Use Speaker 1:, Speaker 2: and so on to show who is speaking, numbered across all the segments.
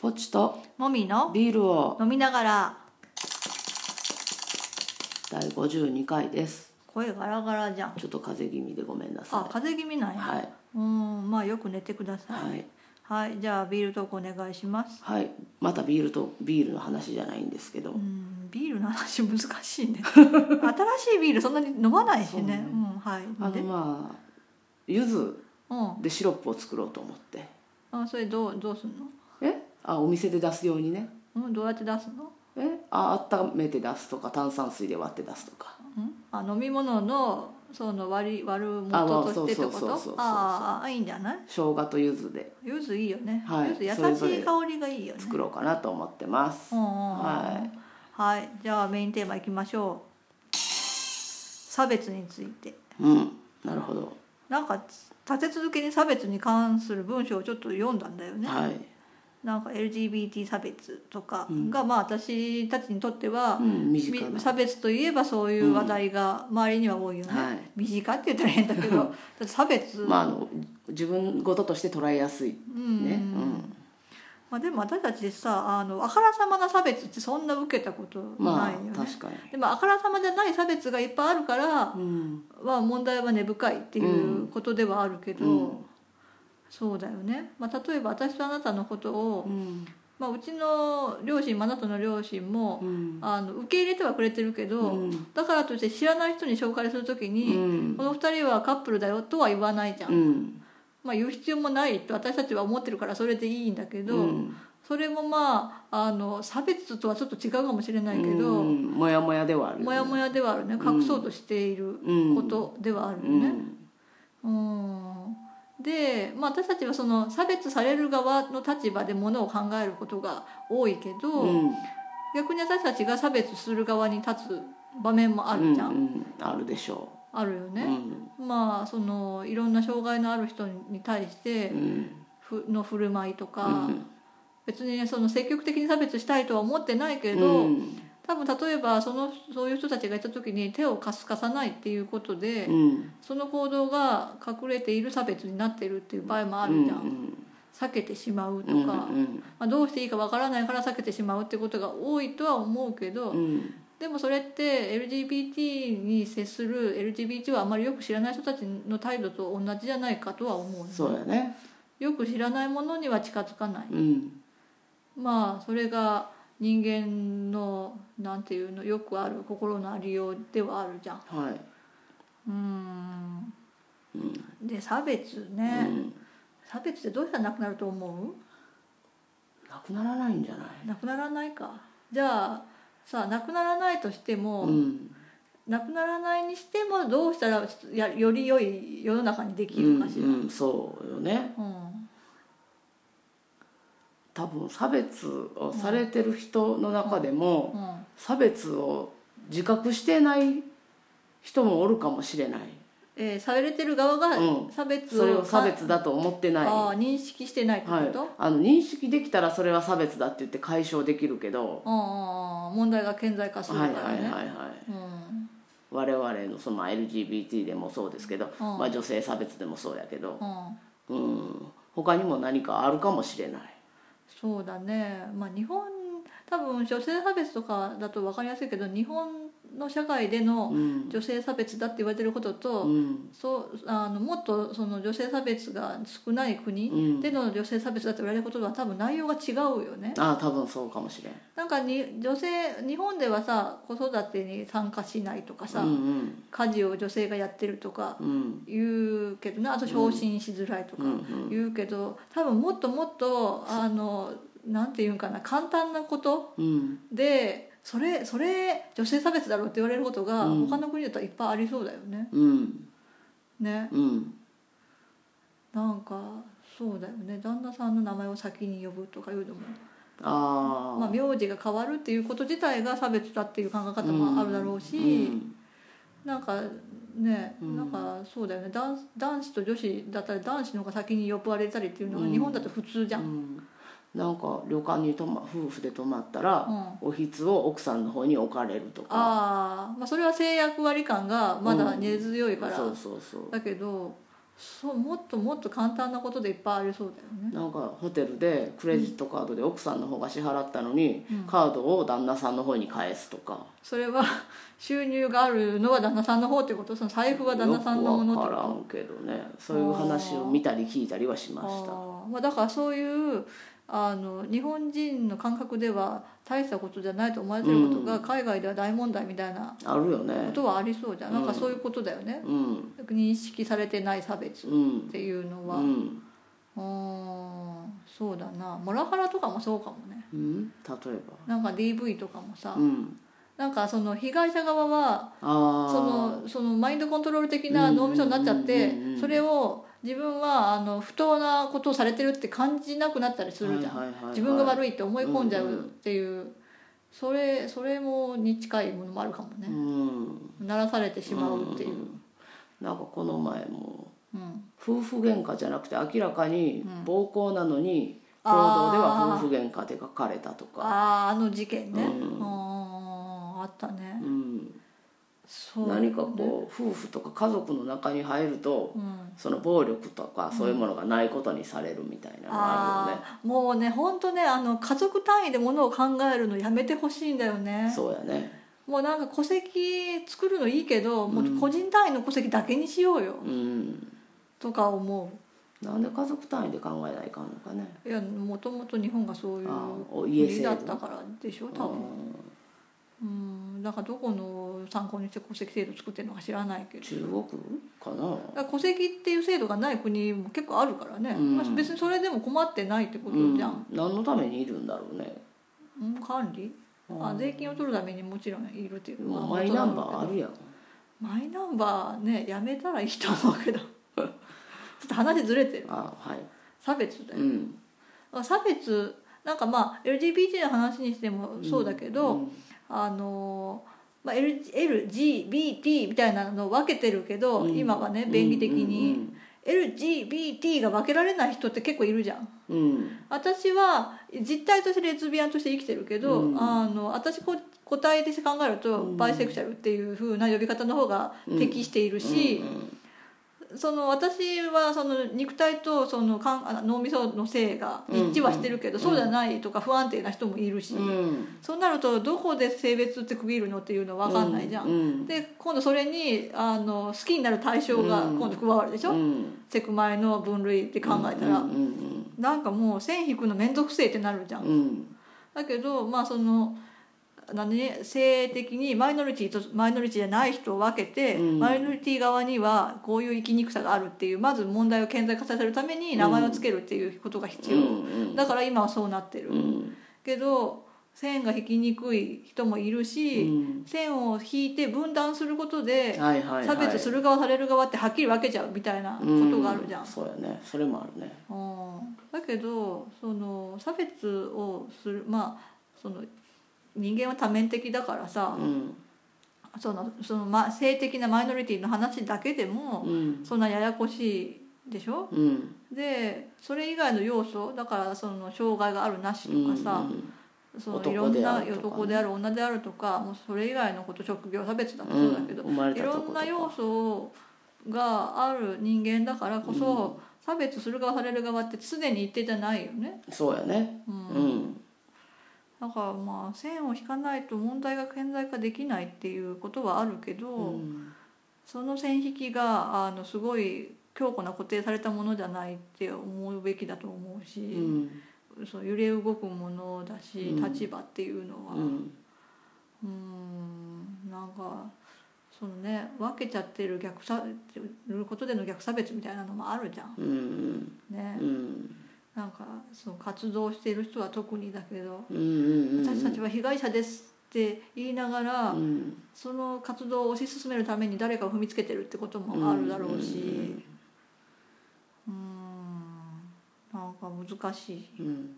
Speaker 1: ポチと
Speaker 2: もみの
Speaker 1: ビールを
Speaker 2: 飲みながら
Speaker 1: 第52回です
Speaker 2: 声ガラガラじゃん
Speaker 1: ちょっと風邪気味でごめんな
Speaker 2: あ
Speaker 1: さ
Speaker 2: 風邪気味なん
Speaker 1: い
Speaker 2: や、
Speaker 1: はいう
Speaker 2: ーんまあよく寝てください
Speaker 1: はい
Speaker 2: はい、じゃあビールトークお願いします
Speaker 1: はいまたビールとビールの話じゃないんですけど、
Speaker 2: うんビールの話難しいね新しいビールそんなに飲まないし
Speaker 1: そう
Speaker 2: ね
Speaker 1: ね
Speaker 2: うんはい
Speaker 1: あの
Speaker 2: で
Speaker 1: まあ柚子
Speaker 2: うん
Speaker 1: でシロップを作ろうと思って
Speaker 2: あそれどうどうすんの
Speaker 1: えあお店で出すようにね
Speaker 2: うんどうやって出すの
Speaker 1: えあ温めて出すとか炭酸水で割って出すとか
Speaker 2: うんあ飲み物のその割り割る
Speaker 1: あま
Speaker 2: 元
Speaker 1: あ
Speaker 2: としてってこ
Speaker 1: そうそうそうそうそう
Speaker 2: とああいいんじゃない
Speaker 1: 生姜と柚子で
Speaker 2: 柚子いいよね、
Speaker 1: はい
Speaker 2: 柚
Speaker 1: そ
Speaker 2: 子優
Speaker 1: れぞれ
Speaker 2: しい香りがいいよね
Speaker 1: 作ろうかなと思ってます、
Speaker 2: うんうんうん
Speaker 1: は
Speaker 2: はい、じゃあメインテーマいきましょう差別について
Speaker 1: うんなるほど、
Speaker 2: なんか立て続けに差別に関する文章をちょっと読んだんだよね、
Speaker 1: はい、
Speaker 2: なんか LGBT 差別とか
Speaker 1: うん
Speaker 2: が、まあ私たちにとっては
Speaker 1: う、ん、身近
Speaker 2: み
Speaker 1: な
Speaker 2: 差別といえばそういう話題が周りには多いよね、
Speaker 1: はい
Speaker 2: 身近って言ったら変だけどだって差別、
Speaker 1: まああの自分事として捉えやすい
Speaker 2: うん
Speaker 1: ね、
Speaker 2: まあ、でも私たちさあのあからさまな差別ってそんな受けたこと
Speaker 1: うん、ま
Speaker 2: ないよね、
Speaker 1: あ確かに、
Speaker 2: でもあからさまじゃない差別がいっぱいあるから、
Speaker 1: うん、
Speaker 2: は問題は根深いっていうことではあるけど、
Speaker 1: うん
Speaker 2: そうだよね、まあ、例えば私とあなたのことを、
Speaker 1: うん
Speaker 2: まあ、うちの両親もあなたの両親も、あの受け入れてはくれてるけど、
Speaker 1: うん
Speaker 2: だからといって知らない人に紹介するとき
Speaker 1: う
Speaker 2: に、
Speaker 1: ん
Speaker 2: この2人はカップルだよとは言わないじゃん、
Speaker 1: うん
Speaker 2: まあ、言う必要もないと私たちは思ってるからそれでいいんだけど、
Speaker 1: うん
Speaker 2: それもまああの差別とはちょっと違うかもしれないけ
Speaker 1: う
Speaker 2: ど、
Speaker 1: ん、もやもやではあるよね
Speaker 2: モヤモヤではあるね隠そうとしている
Speaker 1: うん
Speaker 2: ことではあるよね。うんで、まあ、私たちはその差別される側の立場でものを考えることが多いけ
Speaker 1: う
Speaker 2: ど、
Speaker 1: んうん、
Speaker 2: 逆に私たちが差別する側に立つ場面もあるじゃん、
Speaker 1: うんうん、あるでしょ
Speaker 2: あるよ
Speaker 1: う
Speaker 2: ね、まあそのいろんな障害のある人に対し
Speaker 1: う
Speaker 2: て
Speaker 1: んうん
Speaker 2: ふの振る舞いとか、
Speaker 1: うん
Speaker 2: 別にその積極的に差別したいとは思ってないけど、
Speaker 1: うん
Speaker 2: 多分例えばそのそういう人たちがいた時に手を貸す貸さないっていうことで、
Speaker 1: うん、
Speaker 2: その行動が隠れている差別になってるっていう場合もあるじゃん
Speaker 1: う、ん
Speaker 2: 避けてしまうと
Speaker 1: うん、
Speaker 2: か、ま
Speaker 1: うん
Speaker 2: あ、どうしていいかわからないから避けてしまうってことが多いとは思うけど、
Speaker 1: うん
Speaker 2: でもそれって LGBT に接する LGBT はあまりよく知らない人たちの態度と同じじゃないかとは思う
Speaker 1: そうやね、
Speaker 2: よく知らないものには近づかない
Speaker 1: うん
Speaker 2: まあそれが人間のなんていうのよくある心のありようではあるじゃん
Speaker 1: は
Speaker 2: うーん
Speaker 1: いうん
Speaker 2: で差別
Speaker 1: う
Speaker 2: ね、
Speaker 1: ん、
Speaker 2: 差別ってどうしたらなくなると思う
Speaker 1: なくならないんじゃない
Speaker 2: なくならないかじゃあさあなくならないとしても、
Speaker 1: うん
Speaker 2: なくならないにしてもどうしたらやより良い世の中にできるかしら、
Speaker 1: うんうん、そうよね
Speaker 2: うん
Speaker 1: 多分差別をされてる人の中でも
Speaker 2: うん
Speaker 1: 差別を自覚してない人もおるかもしれない
Speaker 2: えーされてる側が
Speaker 1: うん
Speaker 2: 差別を,
Speaker 1: そ
Speaker 2: か、
Speaker 1: れを差別だと思ってない、
Speaker 2: あ
Speaker 1: は
Speaker 2: ー認識してないっ
Speaker 1: い
Speaker 2: てこと、、
Speaker 1: あの認識できたらそれは差別だって言って解消できるけど、
Speaker 2: うんうんうん問題が顕在化するか
Speaker 1: は
Speaker 2: ら
Speaker 1: い
Speaker 2: ね、
Speaker 1: はいはいはい
Speaker 2: うん
Speaker 1: 我々のその LGBT でもそうですけど、
Speaker 2: うん
Speaker 1: まあ、女性差別でもそうやけど、
Speaker 2: うん、
Speaker 1: うん、他にも何かあるかもしれない、
Speaker 2: そうだねまあ日本多分女性差別とかだと分かりやすいけど日本の社会での
Speaker 1: うん
Speaker 2: 女性差別だって言われてることと、
Speaker 1: うん
Speaker 2: そうあのもっとその女性差別が少ない
Speaker 1: うん
Speaker 2: 国での女性差別だって言われることは多分内容が違うよね。
Speaker 1: ああ多分そうかもしれん
Speaker 2: なんかに女性日本ではさ子育てに参加しないとかさ、
Speaker 1: うんうん
Speaker 2: 家事を女性がやってるとか
Speaker 1: うん
Speaker 2: 言うけどねあと昇進しづらいとか
Speaker 1: うんうん
Speaker 2: 言うけど、多分もっともっとあのなんていうんかな簡単なこと
Speaker 1: うん
Speaker 2: でそれそれ女性差別だろうって言われることが
Speaker 1: うん
Speaker 2: 他の国だったらいっぱいありそうだよね。
Speaker 1: うん
Speaker 2: ね
Speaker 1: うん
Speaker 2: なんかそうだよね旦那さんの名前を先に呼ぶとかいうのも
Speaker 1: あ
Speaker 2: まあ、名字が変わるっていうこと自体が差別だっていう考え方もあるだろうし、
Speaker 1: うん
Speaker 2: なんかね、
Speaker 1: うん
Speaker 2: なんかそうだよね男男子と女子だったら男子の方が先に呼ばれたりっていうのが
Speaker 1: うん
Speaker 2: 日本だと普通じゃん。
Speaker 1: う
Speaker 2: うん
Speaker 1: んなんか旅館に泊ま夫婦で泊まったら、おひつを奥さんの方に置かれるとか
Speaker 2: あー、まあそれは性役割感がまだ根強いから、
Speaker 1: そうそうそう
Speaker 2: だけどそうもっともっと簡単なことでいっぱいありそうだよね
Speaker 1: なんかホテルでクレジットカードで奥さんの方が支払ったのに、
Speaker 2: うん
Speaker 1: カードを旦那さんの方に返すとか
Speaker 2: それは 収入があるのは旦那さんの方ってことその財布は旦那さんのもの
Speaker 1: よく
Speaker 2: ってこ
Speaker 1: わから
Speaker 2: と
Speaker 1: んけどねそういう話を見たり聞いたりはしました
Speaker 2: あーまあ、だからそういうあの日本人の感覚では大したことじゃないと思われてることが海外では大問題みたいな
Speaker 1: あるよ
Speaker 2: こ
Speaker 1: ね
Speaker 2: とはありそうじゃん、なんか
Speaker 1: うん
Speaker 2: そういうことだよね
Speaker 1: うん
Speaker 2: 認識されてない差別
Speaker 1: う
Speaker 2: っ
Speaker 1: ん
Speaker 2: ていうの
Speaker 1: う
Speaker 2: は、
Speaker 1: ん、
Speaker 2: うんそうだなモラハラとかもそうかもね
Speaker 1: うん、例え
Speaker 2: なんか DV とかも
Speaker 1: ば
Speaker 2: さ、
Speaker 1: うん
Speaker 2: なんかその被害者側は
Speaker 1: ああ
Speaker 2: そのそのマインドコントロール的な脳みそになっちゃって
Speaker 1: うんうんうんうん
Speaker 2: それを自分はあの不当なことをされてるって感じなくなったりするじゃん、
Speaker 1: はいはいはいはい
Speaker 2: 自分が悪いって思い込んじゃ
Speaker 1: うんう
Speaker 2: うっていう、それそれもに近いものもあるかもね、
Speaker 1: うん
Speaker 2: 鳴らされてしまうっていう、
Speaker 1: んなんかこの前も
Speaker 2: うん
Speaker 1: 夫婦喧嘩じゃなくて明らかに暴行なのに、
Speaker 2: うん
Speaker 1: 報道では夫婦喧嘩で書かれたとか、
Speaker 2: あああの事件ね、
Speaker 1: うん
Speaker 2: あーあったね
Speaker 1: うん、
Speaker 2: そう
Speaker 1: 何かこう夫婦とか家族の中に入ると
Speaker 2: うん
Speaker 1: その暴力とかそういうものがないことにされるみたいなのがあるよね、
Speaker 2: あーもうね本当ねあの家族単位でものを考えるのやめてほしいんだよね
Speaker 1: そうやね
Speaker 2: もうなんか戸籍作るのいいけど、も
Speaker 1: う
Speaker 2: うん個人単位の戸籍だけにしようよ
Speaker 1: うん
Speaker 2: とか思
Speaker 1: なんで家族単位で考えないかんのかね
Speaker 2: ういやもともと日本がそういう
Speaker 1: あーお家
Speaker 2: 国
Speaker 1: 制
Speaker 2: だ
Speaker 1: 度
Speaker 2: ったからでしょ多分うんだからどこの参考にして戸籍制度作ってるのか知らないけ
Speaker 1: うん
Speaker 2: ど
Speaker 1: 中国かな
Speaker 2: だから戸籍っていう制度がない国も結構あるからね、
Speaker 1: うん
Speaker 2: まあ、別にそれでも困ってないってこと
Speaker 1: うん
Speaker 2: じゃん、
Speaker 1: 何のためにいるんだろうね
Speaker 2: うん、管理あ税金を取るためにもちろんいるっていう
Speaker 1: もう
Speaker 2: まあ
Speaker 1: マイナンバーあるやん
Speaker 2: マイナンバーねやめたらいいと思うけど ちょっと話ずれてる
Speaker 1: あはい
Speaker 2: 差別だよ、
Speaker 1: うん
Speaker 2: 差別なんかまあ LGBT の話にしてもそうだけど、
Speaker 1: うん
Speaker 2: あのーまあ、L- LGBT みたいなのを分けてるけど、
Speaker 1: うん
Speaker 2: 今はね便宜的に、
Speaker 1: うん
Speaker 2: LGBT が分けられない人って結構いるじゃん
Speaker 1: うんうん
Speaker 2: 私は実態としてレズビアンとして生きてるけど、
Speaker 1: うん
Speaker 2: あの私個個体で考えると
Speaker 1: うん
Speaker 2: バイセクシャルっていう風な呼び方の方が適しているし、その私はその肉体とそのかんあの脳みその性が一致はしてるけど、
Speaker 1: うん
Speaker 2: そうじゃないとか不安定な人もいるし、
Speaker 1: うんうん
Speaker 2: そうなるとどこで性別って区切るのっていうの分かんないじゃん。
Speaker 1: うん
Speaker 2: で今度それにあの好きになる対象が今度加わるでしょ、
Speaker 1: うん
Speaker 2: セクマイの分類って考えたら、
Speaker 1: うんうん
Speaker 2: なんかもう線引くの面倒くせえってなるじゃん
Speaker 1: うんうん
Speaker 2: だけどまあその何、性的にマイノリティとマイノリティじゃない人を分けて、
Speaker 1: うん
Speaker 2: マイノリティ側にはこういう生きにくさがあるっていうまず問題を顕在化させるために名前をつけるっていうことが必要、
Speaker 1: うん
Speaker 2: だから今はそうなってる、
Speaker 1: うん
Speaker 2: けど線が引きにくい人もいる
Speaker 1: う
Speaker 2: し、
Speaker 1: ん
Speaker 2: 線を引いて分断することで
Speaker 1: はいはいはい
Speaker 2: 差別する側される側ってはっきり分けちゃうみたいなことがあるじゃん
Speaker 1: うそうやねそれもあるね
Speaker 2: うんだけどその差別をするまあその人間は多面的だからさ
Speaker 1: うん
Speaker 2: そのその、ま、性的なマイノリティの話だけでも
Speaker 1: うん
Speaker 2: そんなややこしいでしょ
Speaker 1: うん
Speaker 2: でそれ以外の要素だからその障害があるなしとかさ、そのいろ
Speaker 1: 男
Speaker 2: ん
Speaker 1: であ
Speaker 2: な
Speaker 1: るとかね
Speaker 2: 男である女であるとかもうそれ以外のこと職業差別だ
Speaker 1: うん
Speaker 2: ってそうだけど、
Speaker 1: 生まれ
Speaker 2: い
Speaker 1: たと
Speaker 2: ろ
Speaker 1: こと
Speaker 2: ん
Speaker 1: か
Speaker 2: な要素がある人間だからこそ、差別する側される側って常に一定じゃないよね、
Speaker 1: そうやね
Speaker 2: う
Speaker 1: うんん
Speaker 2: だからまあ線を引かないと問題が顕在化できないっていうことはあるけど、
Speaker 1: うん
Speaker 2: その線引きがあのすごい強固な固定されたものじゃないって思うべきだと思う
Speaker 1: う
Speaker 2: し、
Speaker 1: ん
Speaker 2: その揺れ動くものだし、
Speaker 1: うん
Speaker 2: 立場っていうのは。
Speaker 1: うん
Speaker 2: うーんなんかそのね分けちゃってる逆差ることでの逆差別みたいなのもあるじゃん
Speaker 1: うん
Speaker 2: ね
Speaker 1: うん
Speaker 2: なんかその活動している人は特にだけど
Speaker 1: うんうん
Speaker 2: 私たちは被害者ですって言いながら
Speaker 1: うん
Speaker 2: その活動を推し進めるために誰かを踏みつけてるってこともあるだろうしうーんなんか難しい
Speaker 1: うん
Speaker 2: うん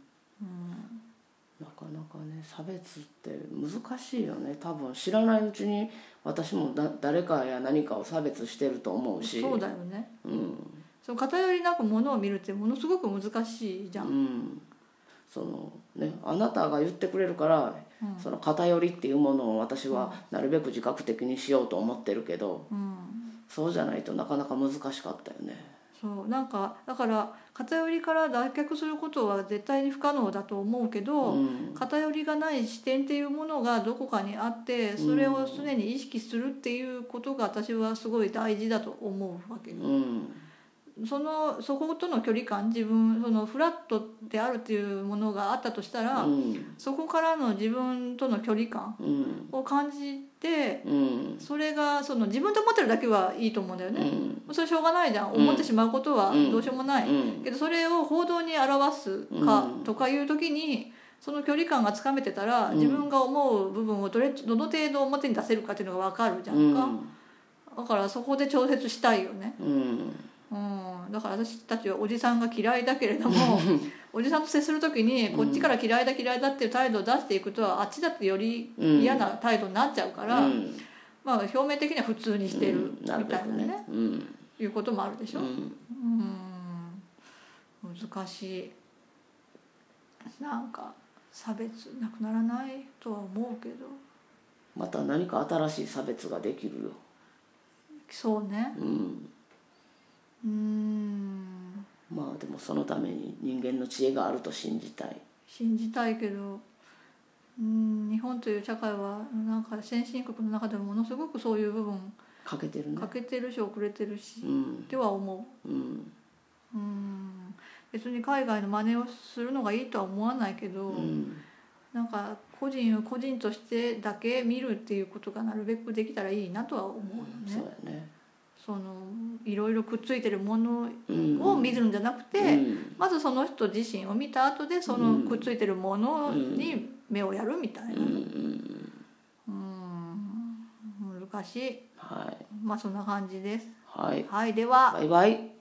Speaker 1: なかなかね差別って難しいよね多分知らないうちに私もだ誰かや何かを差別してると思うし
Speaker 2: そうだよね
Speaker 1: うん
Speaker 2: その偏りなくものを見るってものすごく難しいじゃん
Speaker 1: うんそのねあなたが言ってくれるから、
Speaker 2: うん
Speaker 1: その偏りっていうものを私はなるべく自覚的にしようと思ってるけど
Speaker 2: うん
Speaker 1: そうじゃないとなかなか難しかったよね
Speaker 2: そうなんかだから偏りから脱却することは絶対に不可能だと思うけど、
Speaker 1: うん
Speaker 2: 偏りがない視点っていうものがどこかにあってそれを常に意識するっていうことが私はすごい大事だと思うわけ
Speaker 1: うん
Speaker 2: そのそことの距離感自分そのフラットであるっていうものがあったとしたら、
Speaker 1: うん
Speaker 2: そこからの自分との距離感
Speaker 1: うん
Speaker 2: を感じて
Speaker 1: うん
Speaker 2: それがその自分と思ってるだけはいいと思うんだよ
Speaker 1: う
Speaker 2: ね、
Speaker 1: ん
Speaker 2: それしょうがないじゃん
Speaker 1: うん
Speaker 2: 思ってしまうことはどうしようもない、
Speaker 1: うん
Speaker 2: けどそれを報道に表すか
Speaker 1: うん
Speaker 2: とかいう時にその距離感がつかめてたら
Speaker 1: うん
Speaker 2: 自分が思う部分をどれどの程度表に出せるかっていうのが分かるじゃんか、だからそこで調節したいよね
Speaker 1: うん
Speaker 2: うん、だから私たちはおじさんが嫌いだけれ どもおじさんと接する時にこっちから嫌いだ嫌いだっていう態度を出していくとあっちだってより
Speaker 1: うん
Speaker 2: 嫌な態度になっちゃうから、
Speaker 1: うん
Speaker 2: まあ、表面的には普通にしてるみ
Speaker 1: な
Speaker 2: た
Speaker 1: る
Speaker 2: い
Speaker 1: べ
Speaker 2: な
Speaker 1: く
Speaker 2: ね,、
Speaker 1: ねうん
Speaker 2: いうこともあるでしょ、
Speaker 1: う
Speaker 2: うんん、難しいなんか差別なくならないとは思うけど
Speaker 1: また何か新しい差別ができるよ
Speaker 2: そうね
Speaker 1: うん
Speaker 2: うん
Speaker 1: まあでもそのために人間の知恵があると信じたい
Speaker 2: 信じたいけどうん日本という社会はなんか先進国の中でもものすごくそういう部分
Speaker 1: 欠けてるね
Speaker 2: 欠けてるし遅れてるし
Speaker 1: うん
Speaker 2: では思
Speaker 1: うん
Speaker 2: ううん別に海外の真似をするのがいいとは思わないけ
Speaker 1: う
Speaker 2: ど
Speaker 1: ん
Speaker 2: なんか個人を個人としてだけ見るっていうことがなるべくできたらいいなとは思うよ
Speaker 1: そ
Speaker 2: ね
Speaker 1: うやね
Speaker 2: そのいろいろくっついてるもの
Speaker 1: うん
Speaker 2: を見るんじゃなくて、
Speaker 1: うん
Speaker 2: まずその人自身を見た後でそのくっついてるものに目をやるみたい
Speaker 1: う
Speaker 2: な
Speaker 1: んうん
Speaker 2: うん難しい
Speaker 1: はい
Speaker 2: まあそんな感じです
Speaker 1: はい
Speaker 2: はいでは
Speaker 1: バイバイ